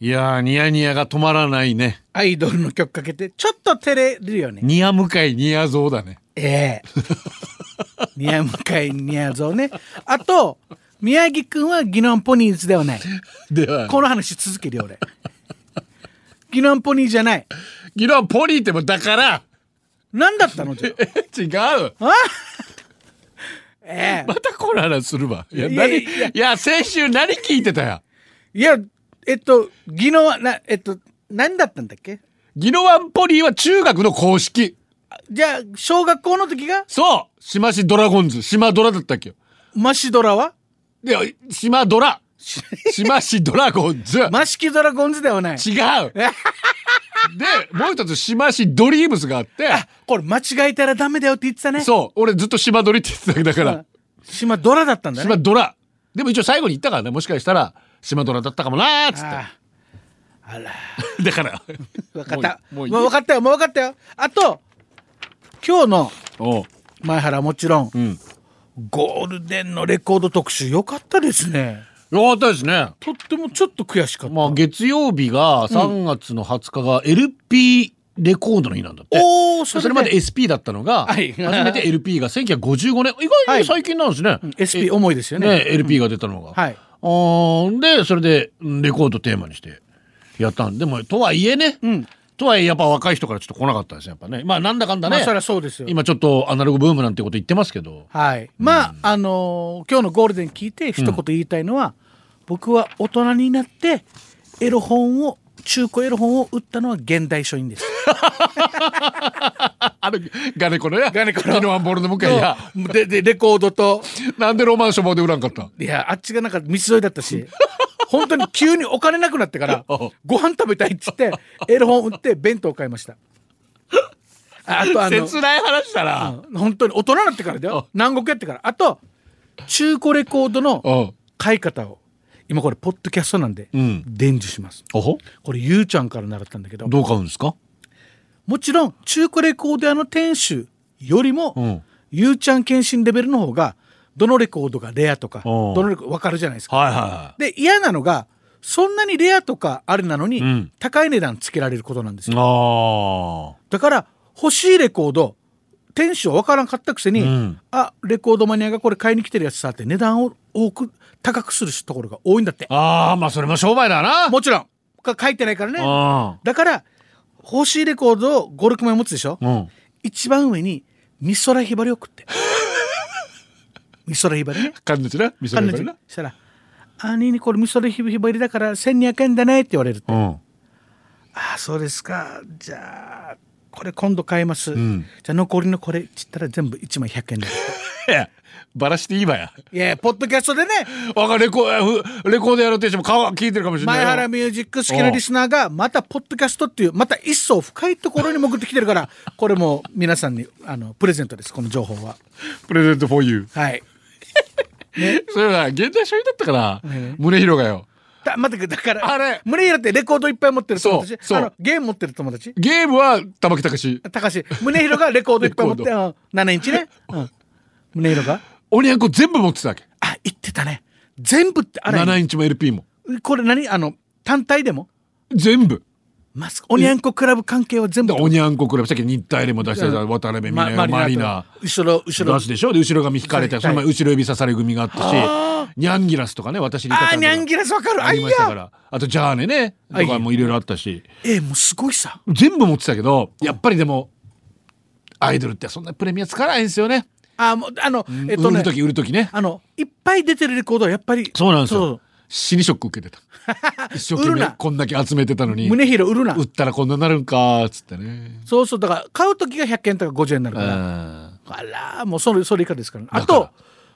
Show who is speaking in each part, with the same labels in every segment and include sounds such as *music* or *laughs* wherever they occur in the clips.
Speaker 1: いやーニヤニヤが止まらないね
Speaker 2: アイドルの曲かけてちょっと照れるよね
Speaker 1: ニヤ向かいニヤ像だね *laughs*
Speaker 2: ええニヤムカイニヤゾウねあと宮城くんはギノンポニーズではない
Speaker 1: では
Speaker 2: この話続けるよ俺ギノンポニーじゃない
Speaker 1: ギノンポニーってもだから *laughs*
Speaker 2: 何だったのじゃあ
Speaker 1: え違う
Speaker 2: *laughs* ええ
Speaker 1: またこの話するわいや
Speaker 2: いや
Speaker 1: 何
Speaker 2: い
Speaker 1: いや先週何聞いてたや
Speaker 2: いやえっとギノンはなえっと何だったんだっけ
Speaker 1: ギノワンポニーは中学の公式
Speaker 2: あじゃあ小学校の時が
Speaker 1: そう島市ドラゴンズ島ドラだったっけよ
Speaker 2: マシ
Speaker 1: *laughs*
Speaker 2: ドラは
Speaker 1: で島ドラ島市ドラゴン *laughs* ズ違う
Speaker 2: マシキドラゴンズではない
Speaker 1: でもう一つ島市ドリームスがあって
Speaker 2: あこれ間違えたらダメだよって言ってたね
Speaker 1: そう俺ずっと島ドリって言ってただから、
Speaker 2: 島ドラだったんだね
Speaker 1: 島ドラでも一応最後に言ったからねもしかしたら島ドラだったかもなーっつっ
Speaker 2: あああら
Speaker 1: てだから *laughs*
Speaker 2: 分かった
Speaker 1: もう
Speaker 2: もう
Speaker 1: いい
Speaker 2: 分かったよもう分かったよあと今日の
Speaker 1: おう
Speaker 2: 前原もちろん
Speaker 1: うん
Speaker 2: ゴールデンのレコード特集良かったですね
Speaker 1: よかったですね
Speaker 2: とってもちょっと悔しかった
Speaker 1: まあ月曜日が3月の20日が LP レコードの日なんだって、
Speaker 2: おおそ
Speaker 1: そ
Speaker 2: れ
Speaker 1: れまで SP だったのが、
Speaker 2: はい
Speaker 1: 初め
Speaker 2: *laughs*
Speaker 1: て LP が1955年意外に最近なんですね、
Speaker 2: SP 重いですよね
Speaker 1: ね LP が出たのが、
Speaker 2: はい
Speaker 1: あーでそれでうんレコードテーマにしてやったんでもとはいえね、
Speaker 2: ん
Speaker 1: とはいえやっぱ若い人からちょっと来なかったですねやっぱねまあなんだかんだ
Speaker 2: まあ
Speaker 1: ね、
Speaker 2: そりゃそうですよ
Speaker 1: 今ちょっとアナログブームなんてこと言ってますけど
Speaker 2: はいまああのー今日のゴールデン聞いて一言言いたいのは僕は大人になってエロ本を中古エロ本を売ったのは現代書院です
Speaker 1: あれガネコのや
Speaker 2: ガネコの
Speaker 1: 昨日はボールの向かいや
Speaker 2: ででレコードと
Speaker 1: なんでロマンショボで売らんかった
Speaker 2: いやあっちがなんか道沿いだっ
Speaker 1: *laughs*
Speaker 2: たし本当に急にお金なくなってから
Speaker 1: おう
Speaker 2: ご飯食べたいっつってエロ本売って弁当買いましたああとあの
Speaker 1: 切ない話だな、
Speaker 2: 本当に大人になってからだよ南国やってからあと中古レコードの
Speaker 1: うん
Speaker 2: 買い方を今これポッドキャストなんで
Speaker 1: うん
Speaker 2: 伝授します、
Speaker 1: おほ
Speaker 2: これゆうちゃんから習ったんだけど
Speaker 1: どう買うんですか
Speaker 2: もちろん中古レコード屋の店主よりも、
Speaker 1: うん
Speaker 2: ゆうちゃん検診レベルの方がどのレコードがレアとか
Speaker 1: お
Speaker 2: ど
Speaker 1: う
Speaker 2: のレコード分かるじゃないですか
Speaker 1: はいはいは
Speaker 2: で嫌なのがそんなにレアとかあれなのに、
Speaker 1: ん
Speaker 2: 高い値段つけられることなんですよ
Speaker 1: ああ
Speaker 2: だから欲しいレコード店主は分からんかったくせに、
Speaker 1: うん
Speaker 2: あレコードマニアがこれ買いに来てるやつさって値段を多く高くするところが多いんだって
Speaker 1: ああまあそれも商売だな
Speaker 2: もちろんか書いてないからね
Speaker 1: あ
Speaker 2: だから欲しいレコードを56枚持つでしょ、
Speaker 1: あうん
Speaker 2: 一番上に美空ひばりを送って
Speaker 1: *laughs*
Speaker 2: 美空ひばりね
Speaker 1: 感じな味噌
Speaker 2: 彼
Speaker 1: 汁
Speaker 2: 女
Speaker 1: な
Speaker 2: にしたら「あににこれ美空ひばりだから1200円だね」って言われるって
Speaker 1: うん
Speaker 2: ああそうですかじゃあこれ今度買います、
Speaker 1: ん
Speaker 2: じゃあ残りのこれっつったら全部1枚100円だ
Speaker 1: いやバラしていいわや
Speaker 2: いやいやポッドキャストでね
Speaker 1: わかるレコふレコードやろうとしても顔は聞いてるかもしれない
Speaker 2: 前
Speaker 1: よ
Speaker 2: 原ミュージック好きなリスナーがまたポッドキャストっていうまた一層深いところに潜ってきて
Speaker 1: *laughs*
Speaker 2: るからこれも皆さんにあのプレゼントですこの情報は
Speaker 1: プレゼントフォーユ
Speaker 2: はい
Speaker 1: ーそれは現代所有だったから
Speaker 2: ね
Speaker 1: 胸広がよ
Speaker 2: だ待ってだから
Speaker 1: あれ
Speaker 2: 胸広ってレコードいっぱい持ってる友達
Speaker 1: そうそう
Speaker 2: あのゲーム持ってる友達
Speaker 1: ゲームは玉木隆
Speaker 2: 高橋胸広がレコードいっぱい持って
Speaker 1: レ
Speaker 2: うん7インチね、うん、胸広が
Speaker 1: 鬼やんこ全部持ってたわけ
Speaker 2: あ言ってたね全部ってあれ
Speaker 1: 7インチも LP も
Speaker 2: これ何あの単体でも
Speaker 1: 全部
Speaker 2: マスクおにゃんこクラブ関係は全部
Speaker 1: だから鬼やんこクラブさっき日体連も出してた渡辺美
Speaker 2: ま
Speaker 1: 奈代マリナ
Speaker 2: と後ろ後ろ
Speaker 1: 出すでしょで後ろ髪引かれて
Speaker 2: はい
Speaker 1: その前後ろ指刺され組があったしニャンギラスとかね私に
Speaker 2: あーニャンギラスわかる
Speaker 1: あ
Speaker 2: あい
Speaker 1: りましたか
Speaker 2: や
Speaker 1: らあとジャーネね
Speaker 2: あい
Speaker 1: と
Speaker 2: い
Speaker 1: かもいろいろあったし
Speaker 2: えーもうすごいさ
Speaker 1: 全部持ってたけどやっぱりでもアイドルってそんなプレミアつかないんですよね
Speaker 2: あーもうあのえっと
Speaker 1: 売
Speaker 2: ね
Speaker 1: る時売る時ね
Speaker 2: あのいっぱい出てるレコードはやっぱり
Speaker 1: そうなんですよ死にショック受
Speaker 2: *laughs*
Speaker 1: けてた一生懸
Speaker 2: 売る
Speaker 1: 命
Speaker 2: な
Speaker 1: こんだけ集めてたのに
Speaker 2: 胸広売るな
Speaker 1: 売ったらこんなになるんかーっつってね
Speaker 2: そうそうだから買う時が100円とか50円になる
Speaker 1: う
Speaker 2: から
Speaker 1: ん
Speaker 2: あらーもうそれそれ以下ですから、ね、
Speaker 1: から
Speaker 2: あと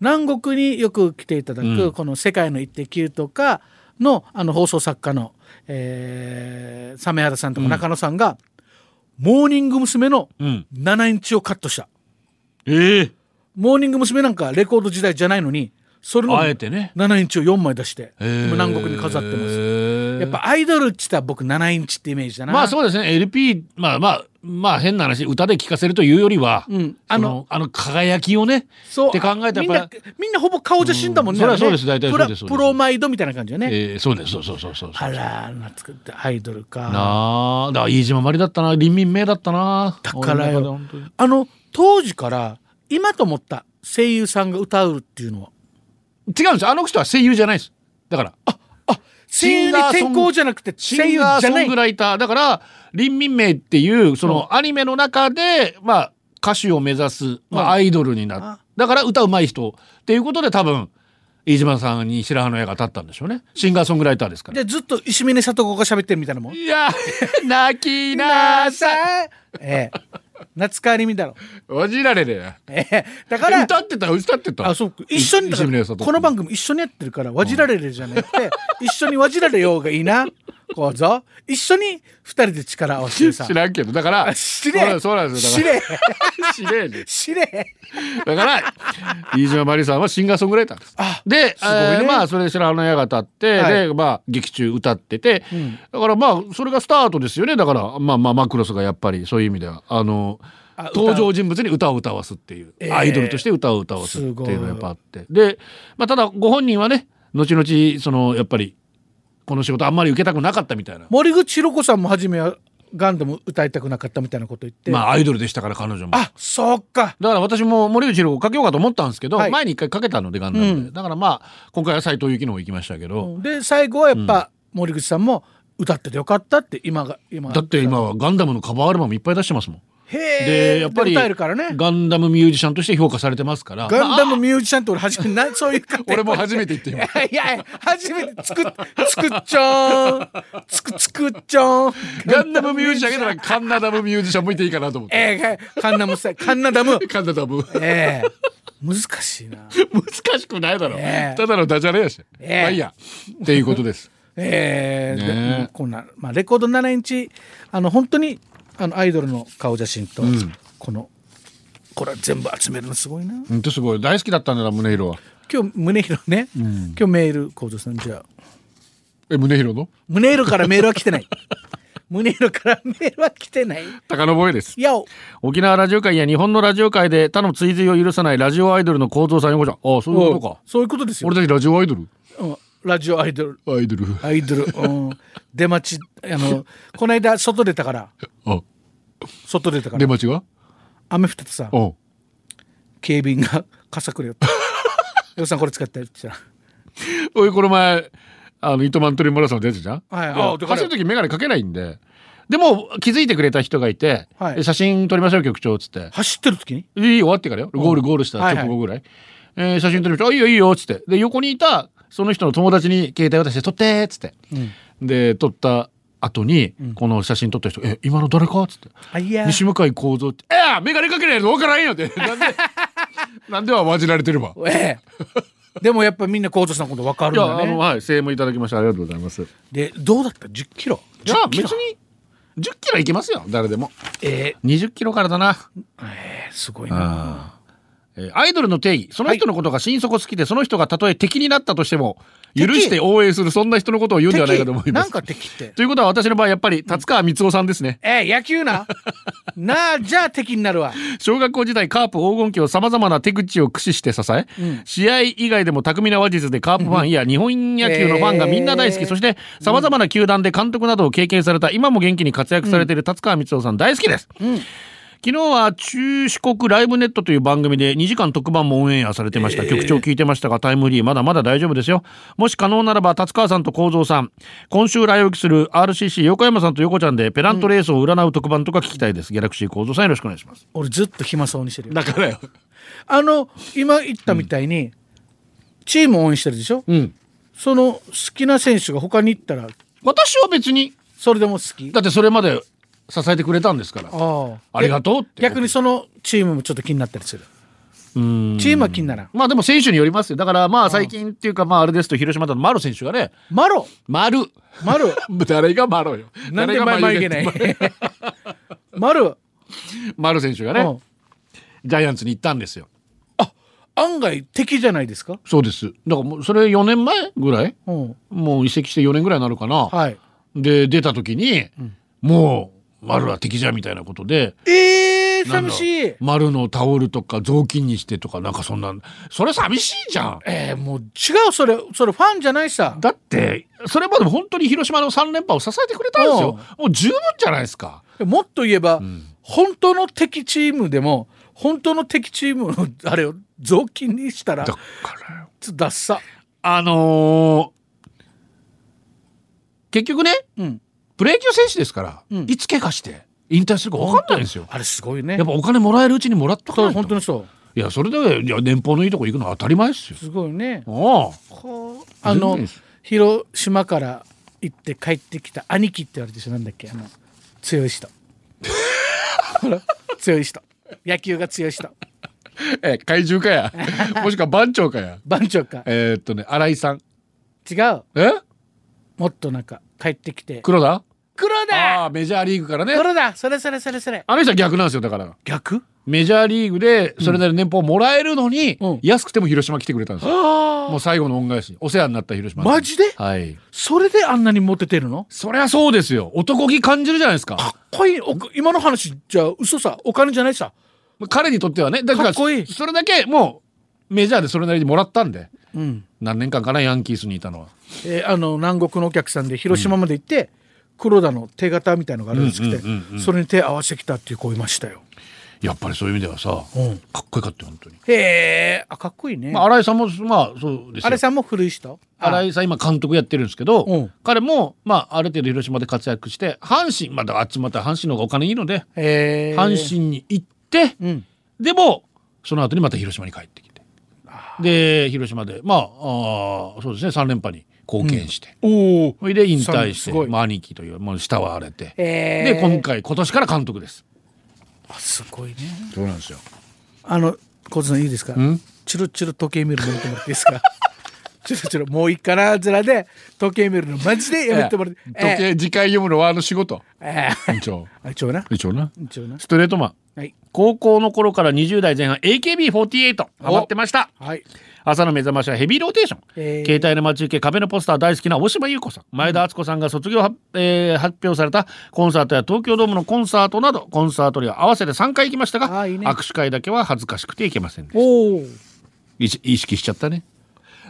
Speaker 2: 南国によく来ていただく、
Speaker 1: うん
Speaker 2: この「世界の1.9」とかのあの放送作家の、えー、サメ原さんとか中野さんが、モーニング娘。の
Speaker 1: うん
Speaker 2: 7インチをカットした、
Speaker 1: ええ
Speaker 2: モーニング娘。なんかレコード時代じゃないのにそれの
Speaker 1: あえてね
Speaker 2: 7インチを4枚出して、
Speaker 1: えー
Speaker 2: 今南国に飾ってます、やっぱアイドルっちったら僕7インチってイメージだな
Speaker 1: まあそうですね LP まあまあまあ変な話歌で聴かせるというよりは、
Speaker 2: うん
Speaker 1: あ
Speaker 2: あの
Speaker 1: のあの輝きをね
Speaker 2: そう
Speaker 1: って考えたら
Speaker 2: みん
Speaker 1: やっ
Speaker 2: な
Speaker 1: ぱ
Speaker 2: みんなほぼ顔写真だもんね,
Speaker 1: うん
Speaker 2: あれね、
Speaker 1: それはそうです大体そうです
Speaker 2: プラプロマイドみたいな感じよね、
Speaker 1: えーそうですそうそうそうそうそう
Speaker 2: あら懐かアイドルか
Speaker 1: なあだから飯島まりだったな林民名だったな
Speaker 2: だから
Speaker 1: 俺の中で
Speaker 2: よ
Speaker 1: 本当に
Speaker 2: あの当時から今と思った声優さんが歌うっていうのは
Speaker 1: 違うんですあの人は声優じゃないですだから
Speaker 2: 声優に転向じゃなくて
Speaker 1: シ
Speaker 2: 声
Speaker 1: ン
Speaker 2: 優
Speaker 1: ガー
Speaker 2: じゃ
Speaker 1: ソ
Speaker 2: ない
Speaker 1: ングライターだから林民名っていうそのアニメの中でまあ歌手を目指す、ま
Speaker 2: うん
Speaker 1: あ、アイドルになるだから歌うまい人っていうことで多分飯島さんに白羽の矢が立ったんでしょうねシンガーソングライターですから
Speaker 2: でずっと石峰里子が喋ってるみたいなもん
Speaker 1: いや泣きな
Speaker 2: な
Speaker 1: さい
Speaker 2: さいええ夏川りみだろ
Speaker 1: おじられるや
Speaker 2: ええだから
Speaker 1: 歌ってた歌ってた
Speaker 2: あそう一緒にだか
Speaker 1: 石
Speaker 2: ら
Speaker 1: 峰里子
Speaker 2: この番組一緒にやってるから「わじられる」じゃなくて、一緒に「わじられよう」がいいなこうぞ一緒に二人で力を合わせてさ
Speaker 1: 知らんけどだから
Speaker 2: 知れ
Speaker 1: そうなんです
Speaker 2: 知
Speaker 1: よだ
Speaker 2: れ
Speaker 1: から *laughs* 知れね
Speaker 2: 知れ
Speaker 1: だから飯島まりさんはシンガーソングライターです
Speaker 2: あ
Speaker 1: で、
Speaker 2: ごいね
Speaker 1: えーまあそれで白羽の矢が立って、
Speaker 2: はい
Speaker 1: でまあ劇中歌ってて、だからまあそれがスタートですよねだからまあまあマクロスがやっぱりそういう意味ではあの
Speaker 2: あ
Speaker 1: 登場人物に歌を歌わすっていう、
Speaker 2: えー
Speaker 1: アイドルとして歌を歌わすっていうのがやっぱあってで、まあ、ただご本人はね後々そのやっぱりこの仕事あんまり受けたくなかったみたいな。
Speaker 2: 森口博子さんも初めはガンダム歌いたくなかったみたいなこと言って、
Speaker 1: まあアイドルでしたから彼女も
Speaker 2: あそうか
Speaker 1: だから私も森内郎をかけようかと思ったんですけど、
Speaker 2: はい
Speaker 1: 前に一回かけたのでガンダムで、
Speaker 2: うん
Speaker 1: だからまあ今回は斎藤由貴の方行きましたけど、
Speaker 2: で最後はやっぱ森口さんも歌っててよかったって今が今
Speaker 1: だって今はガンダムのカバーアルバムいっぱい出してますもん。
Speaker 2: へ
Speaker 1: で
Speaker 2: え
Speaker 1: やっぱり
Speaker 2: 歌えるからね
Speaker 1: ガンダムミュージシャンとして評価されてますから
Speaker 2: ガンダム
Speaker 1: ま
Speaker 2: ミュージシャンって俺初めなそういう
Speaker 1: あ俺も初めて言って今
Speaker 2: *laughs* いやいや初めて作っ作っちゃーん作作っちゃーん
Speaker 1: ガンダムミュージシャンだからカンナダムミュージシャンもいていいかなと思って、
Speaker 2: ええカンナムスタイルカンナダム
Speaker 1: カンナダム
Speaker 2: ええ難しいな
Speaker 1: 難しくないだろ、
Speaker 2: ええ
Speaker 1: ただのダジャレやし、
Speaker 2: ええ
Speaker 1: まあいいやっていうことです
Speaker 2: ええで
Speaker 1: ねえ
Speaker 2: もうこんなまあレコード7インチあの本当にあのアイドルの顔写真と、このこれは全部集めるのすごいな
Speaker 1: ほんとすごい大好きだったんだな胸広は
Speaker 2: 今日宗弘ね、今日メール幸三さんじゃあ
Speaker 1: え胸広の
Speaker 2: 宗弘からメールは来てない
Speaker 1: *laughs*
Speaker 2: 宗弘からメールは来てない
Speaker 1: 高野坊です
Speaker 2: やお
Speaker 1: 沖縄ラジオ界や日本のラジオ界で他の追随を許さないラジオアイドルの構造さん横ちゃんああそういうことか
Speaker 2: そういうことですよ、
Speaker 1: 俺たちラジオアイドル
Speaker 2: うん、ラジオアイドル
Speaker 1: アイドル
Speaker 2: アイドル、うん、出待ちあのこの間外出たから
Speaker 1: あ
Speaker 2: 外出たか
Speaker 1: 出
Speaker 2: ら
Speaker 1: 待ちが
Speaker 2: 雨降っててさ
Speaker 1: うん
Speaker 2: 警備員が傘くれよ
Speaker 1: *laughs*
Speaker 2: って「よさんこれ使って」って言ったら
Speaker 1: おいこの前あの糸満トリマラソン出てたじゃん、
Speaker 2: はい
Speaker 1: で
Speaker 2: あだから
Speaker 1: 走る時眼鏡かけないんででも気づいてくれた人がいて、
Speaker 2: はい
Speaker 1: で写真撮りましょう局長っつって
Speaker 2: 走ってる時に
Speaker 1: 「いい終わってからよゴールゴールした
Speaker 2: はいはい
Speaker 1: 直後ぐらい、えー写真撮りましょうあいいよいいよ」っつってで横にいたその人の友達に携帯渡して「撮って」っつって、で撮った後にこの写真撮った人「え今の誰か?」っつって
Speaker 2: あいや
Speaker 1: 西向井幸三って「えや眼鏡かけないの分からんよ」って
Speaker 2: *laughs*
Speaker 1: なんでなんでは混じられてれば。
Speaker 2: ええでもやっぱみんなコートさんのこと分かる
Speaker 1: い
Speaker 2: ん
Speaker 1: やあ
Speaker 2: だ
Speaker 1: の
Speaker 2: ね
Speaker 1: はい声援もいただきましてありがとうございます。
Speaker 2: でどうだった1 0キロ
Speaker 1: じゃあ
Speaker 2: 10キロ
Speaker 1: 別に10キロいけますよ誰でも
Speaker 2: え
Speaker 1: 20キロからだな、
Speaker 2: えすごいな
Speaker 1: えーアイドルの定義その人のことが心底好きで、その人がたとえ敵になったとしても許して応援するそんな人のことを言うんではないかと思い
Speaker 2: 敵
Speaker 1: ま
Speaker 2: な
Speaker 1: す
Speaker 2: んか敵って
Speaker 1: ということは私の場合やっぱり達川光夫さんですね、
Speaker 2: ええ野球
Speaker 1: *laughs*
Speaker 2: ななあじゃあ敵になるわ
Speaker 1: 小学校時代カープ黄金期をさまざまな手口を駆使して支え、試合以外でも巧みな話術でカープファンや日本野球のファンがみんな大好き、
Speaker 2: えー
Speaker 1: そしてさまざまな球団で監督などを経験された今も元気に活躍されている達川光夫さん大好きです、昨日は中四国ライブネットという番組で2時間特番もオンエアされてました、曲調聞いてましたがタイムリーまだまだ大丈夫ですよもし可能ならば達川さんと幸三さん今週来沖する RCC 横山さんと横ちゃんでペナントレースを占う特番とか聞きたいです、ギャラクシー幸三さんよろしくお願いします
Speaker 2: 俺ずっと暇そうにしてるよ
Speaker 1: だからよ
Speaker 2: あの今言ったみたいに、チームを応援してるでしょ、
Speaker 1: うん。
Speaker 2: その好きな選手が他に行ったら
Speaker 1: 私は別に、
Speaker 2: それでも好き
Speaker 1: だってそれまで支えてくれたんですから。
Speaker 2: あ
Speaker 1: ありがとうって。
Speaker 2: 逆にそのチームもちょっと気になったりする
Speaker 1: うん。
Speaker 2: チームは気にならん
Speaker 1: まあでも選手によりますよ。だからまあ最近っていうかまああれですと広島だと丸選手がね、
Speaker 2: マロ
Speaker 1: 丸。
Speaker 2: マロ
Speaker 1: *laughs* 誰が丸よ。
Speaker 2: なんで前眉毛ない
Speaker 1: *laughs*
Speaker 2: *laughs*
Speaker 1: 誰が丸
Speaker 2: マロ
Speaker 1: 丸選手が
Speaker 2: う
Speaker 1: ね
Speaker 2: ん、
Speaker 1: ジャイアンツに行ったんですよ。
Speaker 2: あ案外敵じゃないですか、
Speaker 1: そうですだからもうそれ4年前ぐらい
Speaker 2: うん、
Speaker 1: もう移籍して4年ぐらいになるかな、
Speaker 2: はい
Speaker 1: で出た時に、もう丸は敵じゃみたいなことで
Speaker 2: えー、
Speaker 1: なんだろ
Speaker 2: 寂
Speaker 1: う
Speaker 2: しい
Speaker 1: 丸のタオルとか雑巾にしてとかなんかそんなそれ寂しいじゃん
Speaker 2: えー、もう違うそれそれファンじゃないさ
Speaker 1: だってそれまでも本当に広島の3連覇を支えてくれたんですよもう十分じゃないですか
Speaker 2: もっと言えば、本当の敵チームでも本当の敵チームのあれを *laughs* 雑巾にしたら
Speaker 1: だからよ
Speaker 2: ちょっとダッサ
Speaker 1: あのー結局ね
Speaker 2: うん
Speaker 1: プロ野球選手ですから、
Speaker 2: うん
Speaker 1: いつ怪我して引退するか分かんないんですよ
Speaker 2: あれすごいね
Speaker 1: やっぱお金もらえるうちにもらっとか
Speaker 2: そ
Speaker 1: な
Speaker 2: う
Speaker 1: いと
Speaker 2: 本当にそ
Speaker 1: いやそれでいや年俸のいいとこ行くのは当たり前ですよ
Speaker 2: うすごいね
Speaker 1: あ
Speaker 2: こうあ
Speaker 1: 全
Speaker 2: の
Speaker 1: 然です
Speaker 2: 広島から行って帰ってきた兄貴ってあれでしょなんだっけあの強い人 *laughs* ほら強い人野球が強い人
Speaker 1: あえ怪獣か
Speaker 2: *laughs*
Speaker 1: やもしくは番長かや
Speaker 2: 番長か
Speaker 1: えーっとね新井さん
Speaker 2: 違う
Speaker 1: え
Speaker 2: もっとなんか帰ってきて
Speaker 1: 黒田
Speaker 2: 黒だ
Speaker 1: ああメジャーリーグからね
Speaker 2: 黒だそれそれそれそれ
Speaker 1: あの人は逆なんですよだから
Speaker 2: 逆
Speaker 1: メジャーリーグでそれなりの年俸もらえるのに、
Speaker 2: うん
Speaker 1: 安くても広島来てくれたんですよ、
Speaker 2: あ
Speaker 1: もう最後の恩返しにお世話になった広島
Speaker 2: マジで
Speaker 1: はい
Speaker 2: それであんなにモテてるの
Speaker 1: そりゃそうですよ男気感じるじゃないですか
Speaker 2: かっこいいお今の話じゃあ嘘さお金じゃないさ
Speaker 1: 彼にとってはねだから
Speaker 2: かっこいい
Speaker 1: それだけもうメジャーでそれなりにもらったんで
Speaker 2: うん
Speaker 1: 何年間かなヤンキースにいたのは
Speaker 2: えーあの南国のお客さんで広島まで行って、黒田の手形みたいのがあるんですけど、
Speaker 1: うんうんうんうん
Speaker 2: それに手合わせてきたっていう子いましたよ。
Speaker 1: やっぱりそういう意味ではさ、
Speaker 2: うん
Speaker 1: かっこよかったよ本当に、
Speaker 2: へえあかっこいいね。
Speaker 1: まあ、新井さんもまあそうです
Speaker 2: あ
Speaker 1: よ
Speaker 2: れさんも古い人
Speaker 1: 新井さん今監督やってるんですけど、
Speaker 2: うん
Speaker 1: 彼もまあある程度広島で活躍して阪神まあだからあっちまた阪神の方がお金いいので
Speaker 2: へえ
Speaker 1: 阪神に行って、
Speaker 2: うん
Speaker 1: でもその後にまた広島に帰ってきてで広島でまああーそうですね3連覇に貢献して、
Speaker 2: おお
Speaker 1: それで引退し
Speaker 2: す
Speaker 1: て
Speaker 2: ごい
Speaker 1: まあ兄貴というもう慕われて、
Speaker 2: へえ
Speaker 1: で今回今年から監督です
Speaker 2: あすごいね。
Speaker 1: そうなんですよ
Speaker 2: あの小津さんいいですか
Speaker 1: ん
Speaker 2: チュルチュル時計見るのやめてもらっていいです
Speaker 1: *laughs*
Speaker 2: かチュルチュルもういいかなずらで時計見るのマジでやめてもらって、
Speaker 1: 時計次回読むのはあの仕事
Speaker 2: えーえ
Speaker 1: 一応
Speaker 2: ー、一応な
Speaker 1: 一応な
Speaker 2: 一応な
Speaker 1: ストレートマン
Speaker 2: はい
Speaker 1: 高校の頃から20代前半 AKB48 ハマってました
Speaker 2: はい
Speaker 1: 朝の目覚ましはヘビーローテーション、
Speaker 2: えー
Speaker 1: 携帯の待ち受け壁のポスター大好きな大島優子さん前田敦子さんが卒業は、えー発表されたコンサートや東京ドームのコンサートなどコンサートには合わせて3回行きましたが
Speaker 2: あーいいね
Speaker 1: 握手会だけは恥ずかしくて行けませんでした
Speaker 2: おお
Speaker 1: 意識意識しちゃったね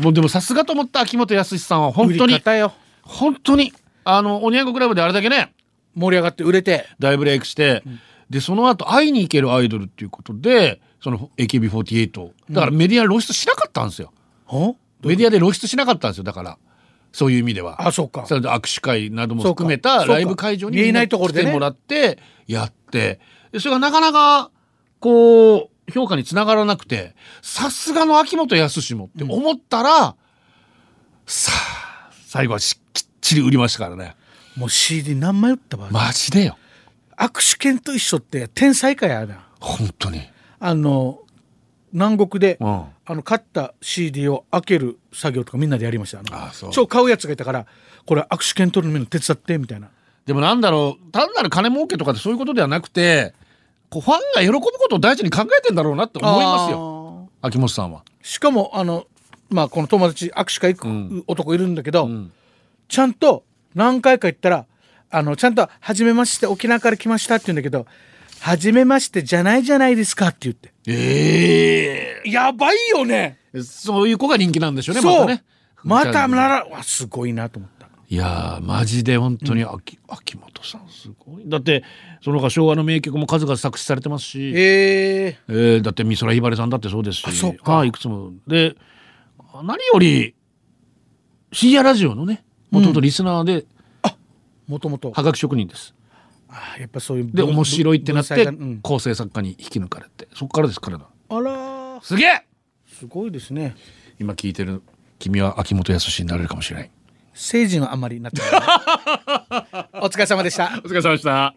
Speaker 1: もうでもさすがと思った秋元康さんは本当に
Speaker 2: よ
Speaker 1: 本当にあのおにゃんこクラブであれだけね
Speaker 2: 盛り上がって売れて
Speaker 1: 大ブレイクして、でその後会いに行けるアイドルっていうことでその AKB48 をだからメディア露出しなかったんですよ、メディアで露出しなかったんですよだからそういう意味では
Speaker 2: あそうか
Speaker 1: それで握手会なども
Speaker 2: そうか
Speaker 1: 含めた
Speaker 2: そうか
Speaker 1: ライブ会場に
Speaker 2: 見えない
Speaker 1: み
Speaker 2: ところでね
Speaker 1: 来てもらってやってでそれがなかなかこう評価につながらなくてさすがの秋元康もって思ったら、さあ最後はしきっちり売りましたからね
Speaker 2: もう CD 何枚売ったば、
Speaker 1: マジでよ
Speaker 2: 握手券と一緒って天才かやな
Speaker 1: 本当に。
Speaker 2: あの南国で、
Speaker 1: うん
Speaker 2: あの買った CD を開ける作業とかみんなでやりましたあの
Speaker 1: あそう
Speaker 2: 超買うやつがいたからこれ握手券取るのみんな手伝ってみたいな
Speaker 1: でもなんだろう単なる金儲けとかってそういうことではなくてこうファンが喜ぶことを大事に考えてんだろうなって思いますよ
Speaker 2: よ
Speaker 1: 秋元さんは。
Speaker 2: しかもあのまあこの友達握手会行く男いるんだけど、ちゃんと何回か行ったらあのちゃんと「はじめまして沖縄から来ました」って言うんだけど「はじめましてじゃないじゃないですか」って言って
Speaker 1: え
Speaker 2: やばいよね
Speaker 1: えそういう子が人気なんでしょうねま
Speaker 2: そ
Speaker 1: た
Speaker 2: う
Speaker 1: ね。
Speaker 2: また
Speaker 1: ら
Speaker 2: ならわすごいなと思った
Speaker 1: いやーマジで本当に秋,、秋元さんすごいだってその他昭和の名曲も数々作詞されてますし、え
Speaker 2: ええ
Speaker 1: ーだって美空ひばりさんだってそうですし
Speaker 2: あそうか
Speaker 1: はいいくつも。で何より深夜ラジオのねもともとリスナーで
Speaker 2: もともと
Speaker 1: はがき職人です。
Speaker 2: あやっぱそういう
Speaker 1: で面白いってなっ
Speaker 2: 文才
Speaker 1: て
Speaker 2: がうん
Speaker 1: 構成作家に引き抜かれてそこからです彼ら
Speaker 2: あらー
Speaker 1: すげえ
Speaker 2: すごいですね
Speaker 1: 今聞いてる君は秋元康になれるかもしれない *laughs*
Speaker 2: 成人はあんまりなってないお疲れ様でした
Speaker 1: お疲れ様でした